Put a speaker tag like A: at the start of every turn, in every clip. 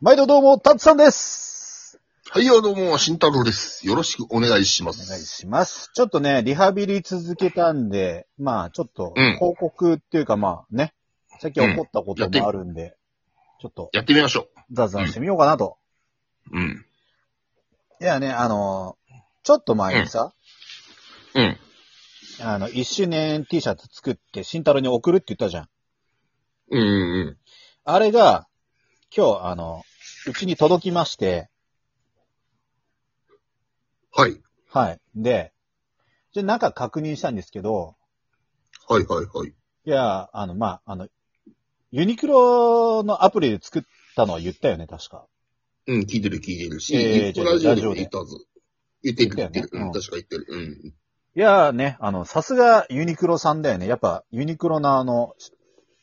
A: 毎度どうも、たつさんです。
B: はい、どうも、慎太郎です。よろしくお願いしま
A: お願い
B: す。
A: します。ちょっとね、リハビリ続けたんで、まあ、ちょっと
B: うん、
A: 報告っていうか、まあね、さっき起こったこともあるんで、ちょっと、
B: やってみましょ
A: 雑談してみようかなと。
B: う。うん。
A: いやね、あのー、ちょっと前にさ、
B: うん。
A: あの、一周年 T シャツ作って、慎太郎に送るって言ったじゃん。
B: うんうん
A: あれが、今日、あの、うちに届きまして、
B: うん。はい。
A: はい。で、じゃ、中確認したんですけど、
B: はいはいはい。
A: いや、あの、まあ、あの、ユニクロのアプリで作ったのは言ったよね、確か。
B: うん、聞いてる聞いてるし、
A: えー
B: 一個ラジオ
A: ラジ
B: で
A: オ
B: も
A: で
B: 言ったはず。言ってる
A: 言
B: 言
A: っ
B: ったて
A: よね
B: る。う
A: うん
B: ん、確か言ってる。うん。
A: いやーね、あの、さすがユニクロさんだよね。やっぱ、ユニクロのあの、し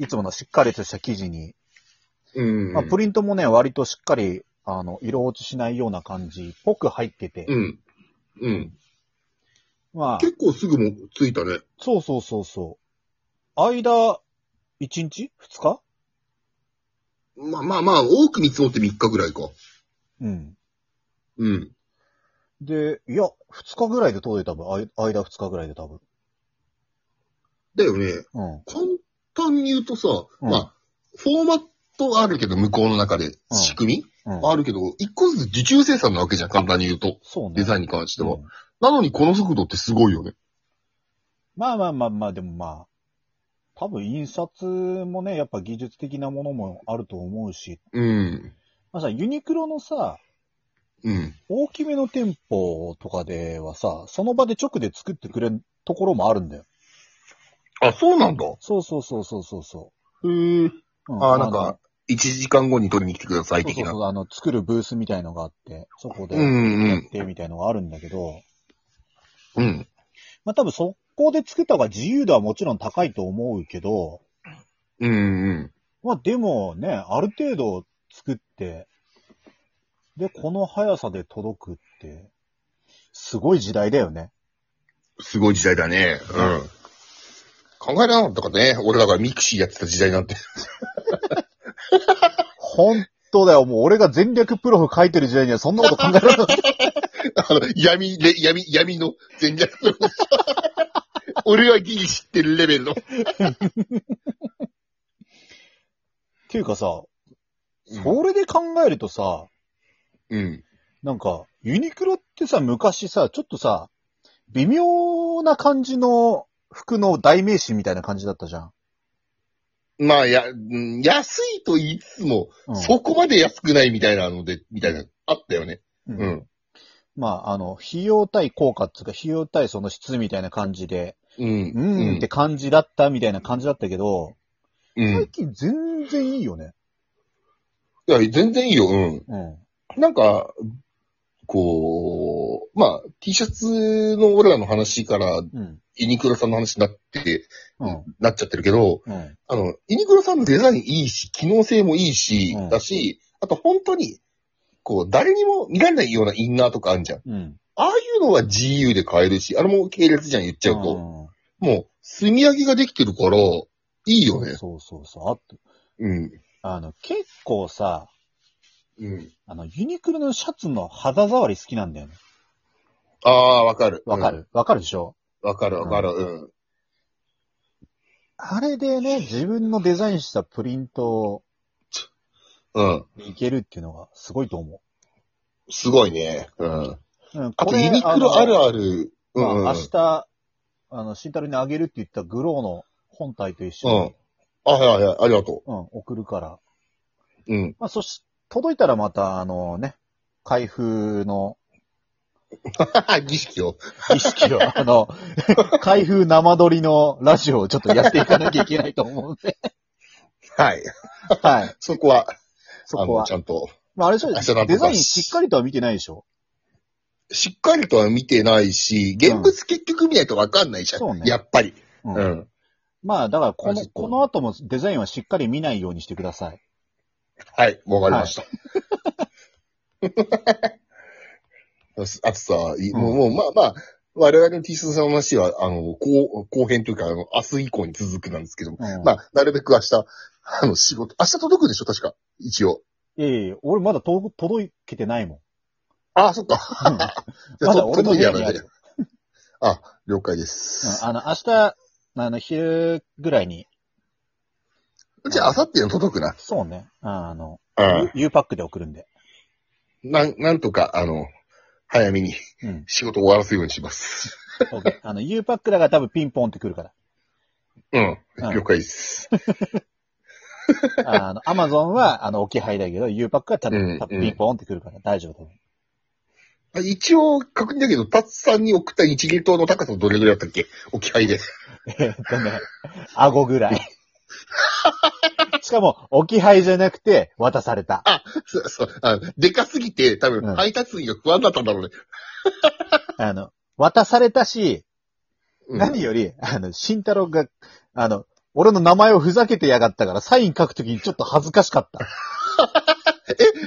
A: いつものしっかりとした生地に、
B: うん。
A: まあ、プリントもね、割としっかり、あの、色落ちしないような感じっぽく入ってて。
B: うん。うん。
A: まあ、
B: 結構すぐもついたね。
A: そうそうそうそう。間、1日 ?2 日
B: まあまあまあ、多く見積もって3日ぐらいか。
A: うん。
B: うん。
A: で、いや、2日ぐらいで届いた分、あい間2日ぐらいで多分。
B: だよね。
A: うん。
B: 簡単に言うとさ、
A: うん
B: まあ、フォーマットはあるけど、向こうの中で仕組み、
A: うん。
B: あるけど、一個ずつ受注生産なわけじゃん、簡単に言うと。
A: そうね。
B: デザインに関しては。なのにこの速度ってすごいよね。
A: まあまあまあまあ、でもまあ、多分印刷もね、やっぱ技術的なものもあると思うし、
B: うん。
A: まあさ、ユニクロのさ、
B: うん。
A: 大きめの店舗とかではさ、その場で直で作ってくれるところもあるんだよ。
B: あ、そうなんだ。
A: そうそうそうそうそうそ
B: へえ。
A: う。う
B: あ、な
A: の
B: んか、1時間後に取りに来てください、
A: そう
B: 的
A: そう
B: な。
A: そうう、あの、作るブースみたいのがあって、そこで
B: ん
A: や
B: うん。
A: ってみたいのがあるんだけど、
B: うん。
A: まあ多分そこで作った方が自由度はもちろん高いと思うけど、
B: うんうん。
A: まあでもね、ある程度作って、で、この速さで届くって、すごい時代だよね。
B: すごい時代だね。うん。考えられなかったかね。俺らがミクシーやってた時代なんて。
A: ほんとだよ。もう俺が全略プロフ書いてる時代にはそんなこと考えられな かった。
B: あの、闇で、闇、闇の全略 の。俺はギリ知ってるレベルの。
A: っていうかさ、それで考えるとさ、
B: うん。
A: なんか、ユニクロってさ、昔さ、ちょっとさ、微妙な感じの服の代名詞みたいな感じだったじゃん。
B: まあ、や、うん安いと言いつつも、
A: うん、
B: そこまで安くないみたいなので、みたいな、あったよね。
A: う。
B: うんん。
A: まあ、あの、費用対効果っていうか、費用対その質みたいな感じで、
B: うん。
A: うーんって感じだったみたいな感じだったけど、
B: うん。
A: 最近全然いいよね。
B: いや、全然いいよ。うん。
A: うん。
B: なんか、こう、まあ、T シャツの俺らの話から、
A: うん。
B: ユニクロさんの話になって、
A: うん。
B: なっちゃってるけど、
A: うん。
B: あの、ユニクロさんのデザインいいし、機能性もいいし、
A: うん
B: だし、あと本当に、こう、誰にも見られないようなインナーとかあるじゃん。
A: うん。
B: ああいうのは GU で買えるし、あれも系列じゃん、言っちゃうと。
A: う
B: もう、炭焼きができてるから、いいよ
A: ん
B: ね。
A: そうそうそう。あと、
B: うん。
A: あの、結構さ、
B: うん。
A: あの、ユニクロのシャツの肌触り好きなんだよね。
B: ああ、わかる。
A: わかるわ、かるでしょ
B: うんわ、かる、わかる。うん。
A: あれでね、自分のデザインしたプリントを
B: うん。
A: いけるっていうのがすごいと思
B: すごいね。うん。
A: う。うん、
B: あ
A: ことれ
B: ユニクロある
A: あ
B: ある。う
A: の
B: んうん。
A: まあ明日、あの、慎太郎にあげるって言ったグローの本体と一緒
B: うん
A: に、。
B: あ、はいはい、ありがと
A: うん、送るから、
B: う。うん。
A: まあ、そし、届いたらまた、あのね、開封の
B: 儀式を。
A: 意識 を、あの、開封生撮りのラジオをちょっとやっていかなきゃいけないと思うん で。
B: はい。
A: はい。
B: そこは、
A: そこ
B: あの、
A: は
B: ち。ゃんと、
A: まあ、あれでしょ
B: 明日なんとか
A: デザインしっかりとは見てないでしょ
B: しっかりとは見てないし、現物結局見ないとわかんないじゃん。
A: そうね
B: やっぱり。
A: う
B: う。ん。
A: まあ、だから、こ
B: マ
A: の、
B: ジか
A: この後もデザインはしっかり見ないようにしてください。
B: はい、わかりました。 あとさ、いもう、もうまあまあ、我々の T シャツの話は、あの、後後編というか、あの、明日以降に続くなんですけども、
A: うん
B: まあ、なるべく明日、あの、仕事、明日届くでしょ、確か。一応。
A: いやいやいや俺まだと届けてないも
B: ああ、そっか。
A: ん。 うん
B: じ
A: ま
B: ゃあ、
A: だ
B: と
A: 俺の
B: 届い
A: 部
B: や
A: 屋
B: ら
A: に
B: な
A: あ
B: い
A: る。
B: あ、了解です。
A: あの、明日、あの、昼ぐらいに、
B: じゃあ、あさっての届くな。
A: そうね、あの、
B: うん。
A: U パックで送るんで。
B: なん、なんとか、あの、早めに
A: うん。
B: 仕事終わらせるようにします。
A: OK あの、U パックだから多分ピンポンってくるから。
B: うん。
A: うん
B: 了解です。
A: あの、アマゾンは、あの、置き配だけど、U パックは多
B: うん
A: 分、多分ピンポンってくるから大丈夫だと思う。
B: あ一応、確認だけど、タツさんに送った一元島の高さどれぐらいだったっけ置き配で。
A: え ーっとね、顎ぐらい。しかも、置き配じゃなくて、渡された。
B: そうそう。あでかすぎて、多
A: う
B: 分、
A: ん
B: 配達員が不安だったんだろうね。
A: あの、渡されたし、
B: うん
A: 何より、あの、慎太郎が、あの、俺の名前をふざけてやがったから、サイン書くときにちょっと恥ずかしかった。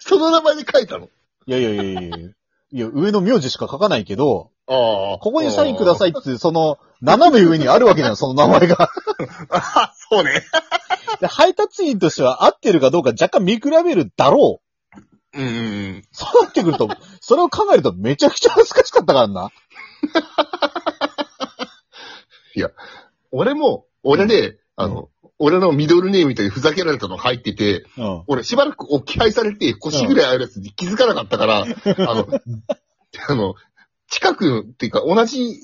B: その名前で書いたの
A: いやいやいやいやいや。いや、上の名字しか書かないけど、
B: ああ。
A: ここにサインくださ
B: い。
A: いって、その、斜め上にあるわけだよ、その名前が。
B: ああ、 そうね。
A: で配達員としては合ってるかどうか若干見比べるだろう。
B: うんうん
A: そうなってく ると、それを考えるとめちゃくちゃ恥ずかしかったからな。
B: 俺も、俺で、あの、俺のミドルネームみたいにふざけられたの入ってて、
A: うん。
B: 俺しばらく置き配されて腰ぐらいあるやつに気づかなかったから、あの、 あの、近くっていうか同じ、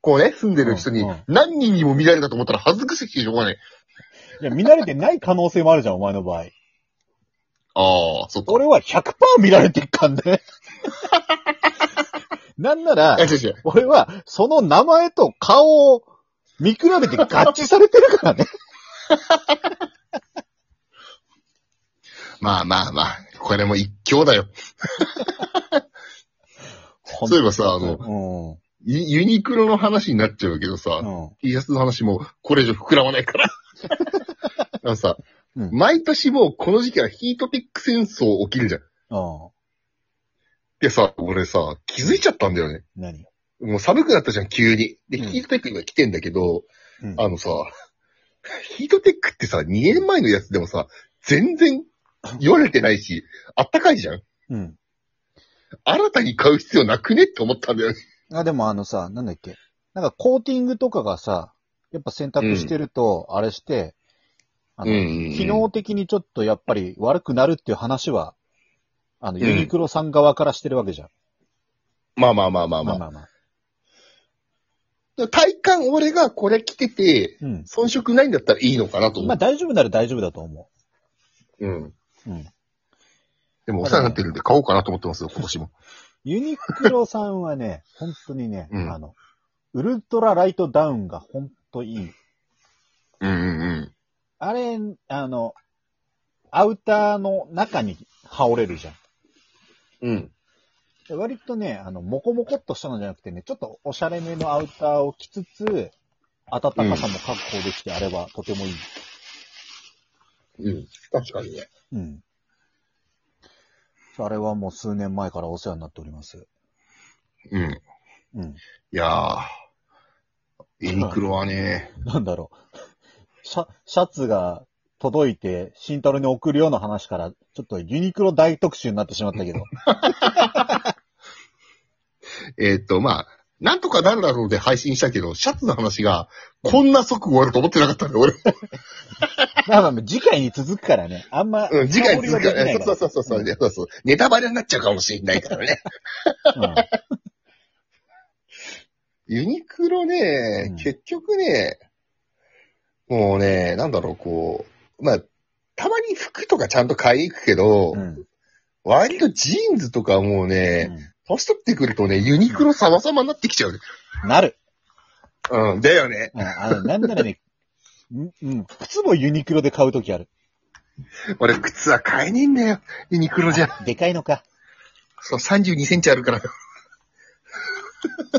B: こうね、住んでる人に
A: うんうん
B: 何人にも見られたと思ったら恥ずかしくてしょうがない。
A: いや、見慣れてない可能性もあるじゃん、お前の場合。
B: ああ、そっか。
A: 俺は100%見られてっかんね。 なんなら
B: あ、、違う違う。
A: 俺は、その名前と顔を見比べて合致されてるからね。
B: まあまあまあ、これも一興だよ。そういえばさあ
A: の、
B: ユユニクロの話になっちゃうけどさ、
A: うん。うん。
B: T シャツの話もこれ以上膨らまな いから。あのさ、
A: うん
B: 毎年もうこの時期はヒートテック戦争起きるじゃん。
A: うん。
B: でさ、俺さ、気づいちゃったんだよね。
A: 何
B: もう寒くなったじゃん、急に。で、
A: うん
B: ヒートテック今来てんだけど、
A: うん
B: あのさ、ヒートテックってさ、2年前のやつでもさ、全然言われてないし、あったかいじゃん。
A: うん。
B: 新たに買う必要なくねって思ったんだよね。
A: あ、でもあのさ、なんだっけ。なんかコーティングとかがさ、やっぱ洗濯してると、あれして、あの、機能的にちょっとやっぱり悪くなるっていう話は、あの、
B: うん
A: ユニクロさん側からしてるわけじゃん。
B: まあまあまあまあま
A: まあ
B: あ。
A: まあまあ。
B: 体感俺がこれ着てて、
A: うん。
B: 遜色ないんだったらいいのかなと思
A: まあ
B: う。
A: 大丈夫なら大丈夫だと思
B: うん。
A: う。うん。
B: でもお世話になってるんで買おうかなと思ってますよ、今年も。
A: ユニクロさんはね、 本当にね、
B: うん
A: あの、ウルトラライトダウンが本当いい。
B: うんうんうん。
A: あれ、あの、アウターの中に羽織れるじゃん
B: うん。
A: で。割とね、あの、モコモコっとしたのじゃなくてね、ちょっとおしゃれめのアウターを着つつ、暖かさも確保できて、あれはとてもいい。
B: うん。確かにね。
A: うん。あれはもう数年前からお世話になっております。
B: うん。
A: うん。
B: いやー、ユニクロはね、
A: なんだろう。シャ、シャツが届いて、慎太郎に送るような話から、ちょっとユニクロ大特集になってしまった けど。
B: えーっと、まあ、なんとかなるだろうで配信したけど、シャツの話が、こんな即終わると思ってなかったんだ、俺。
A: まあまあまあ、次回に続くからね。あんま、
B: うん、次回続くから
A: 深掘りはできない
B: ね。そうそうそうそう、そうそう。ネタバレになっちゃうかもしれないからね。
A: から
B: ユニクロね
A: う、ん
B: 結局ね、もうね、なんだろう、こう、まあ、たまに服とかちゃんと買いに行くけど、
A: うん。うん。
B: 割とジーンズとかもうね、
A: う
B: 年取ってくるとね、ユニクロ様々になってきちゃうね。
A: んなる。
B: うん、だよね。
A: うんあの、なんならね、 うん、うん、靴もユニクロで買うときある。
B: 俺、靴は買えねえんだよ。ユニクロじゃ。
A: でかいのか。
B: そう、32センチあるから。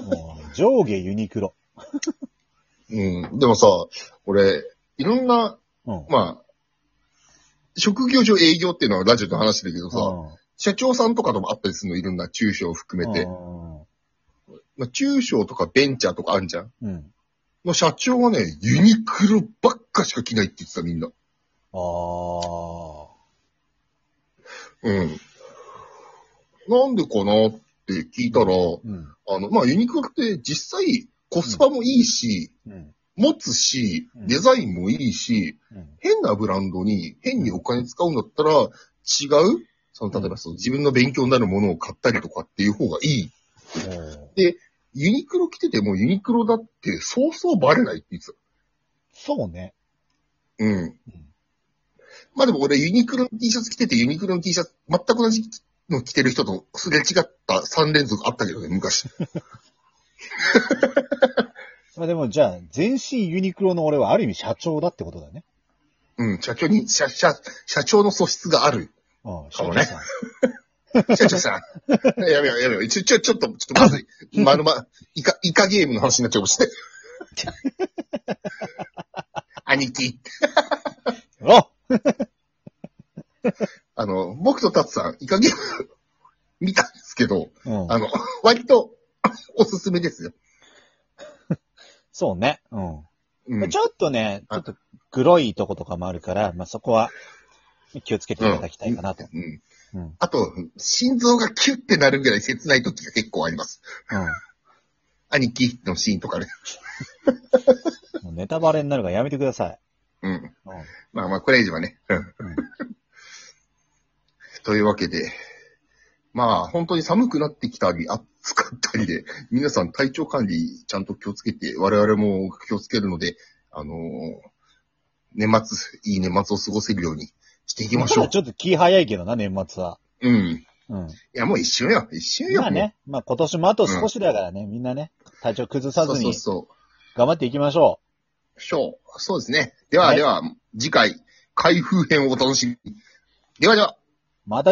A: もう上下ユニクロ。
B: うん。でもさ、俺、いろんな、
A: うん。
B: まあ、職業上営業っていうのはラジオの話だけどさ、社長さんとかともあったりするの、いろんな中小を含
A: うん
B: めて。
A: うん
B: まあ、中小とかベンチャーとかあるじゃん。
A: うん。
B: まあ、社長はね、ユニクロばっかしか着ないって言ってた、みんな。
A: ああ。
B: うん。なんでかなって聞いたら、
A: うん。
B: あの、まあ、ユニクロって実際コスパもいいし、
A: うん。
B: 持つし、
A: うん
B: デザインもいいし、
A: うん。
B: 変なブランドに変にお金使うんだったら違うその、例えばその自分の勉強になるものを買ったりとかっていう方がいい。
A: おー
B: ユニクロ着ててもユニクロだってそうそうバレないって言ってた。
A: そうね。
B: うん
A: うん。
B: まあでも俺ユニクロの T シャツ着ててユニクロの T シャツ全く同じの着てる人とすれ違った3連続あったけどね、昔。
A: まあでもじゃあ、全身ユニクロの俺はある意味社長だってことだね。
B: うん、社長に、社、社、社長の素質がある。
A: うん。
B: か
A: 社
B: も
A: 長
B: ね
A: さん。
B: 社長さん。 やめよう、やめよう。ちょ、ちょ、ちょっと、ちょっとまずい。まるま、イカ、イカゲームの話になっちゃうかもしれない。兄貴。
A: お
B: あの、僕とタツさん、イカゲーム見たんですけど、
A: うん
B: あ。の、割と、おすすめですよ。
A: そうね。うん。
B: う
A: まあ
B: ん
A: ち。ょっとね、ちょ
B: あ
A: っと黒いとことかもあるから、まあ、そこは気をつけていただきたいかなと。
B: うん。
A: うん。うん。
B: あと、心臓がキュッてなるぐらい切ない時が結構あります。兄貴のシーンとかね。
A: もうネタバレになるからやめてください。
B: うん。
A: うん。
B: まあまあ、これ以上はね。うん。
A: うん
B: というわけで、まあ、本当に寒くなってきたり、暑かったりで、皆さん体調管理ちゃんと気をつけて、我々も気をつけるので、あのー年末、いい年末を過ごせるようにしていきましょ
A: だ
B: う。
A: ちょっと気早いけどな、年末は。
B: うん。
A: うん。
B: いや、もう一瞬よ。一瞬よ。
A: まあね、まあ今年もあと少しだからね、みんなね、体調崩
B: も
A: さ
B: う。そう
A: ず
B: そう
A: に
B: そう。
A: 頑張っていきましょ
B: そう。そうですね。では、
A: はい
B: では、次回、開封編をお楽しみに。ではでは。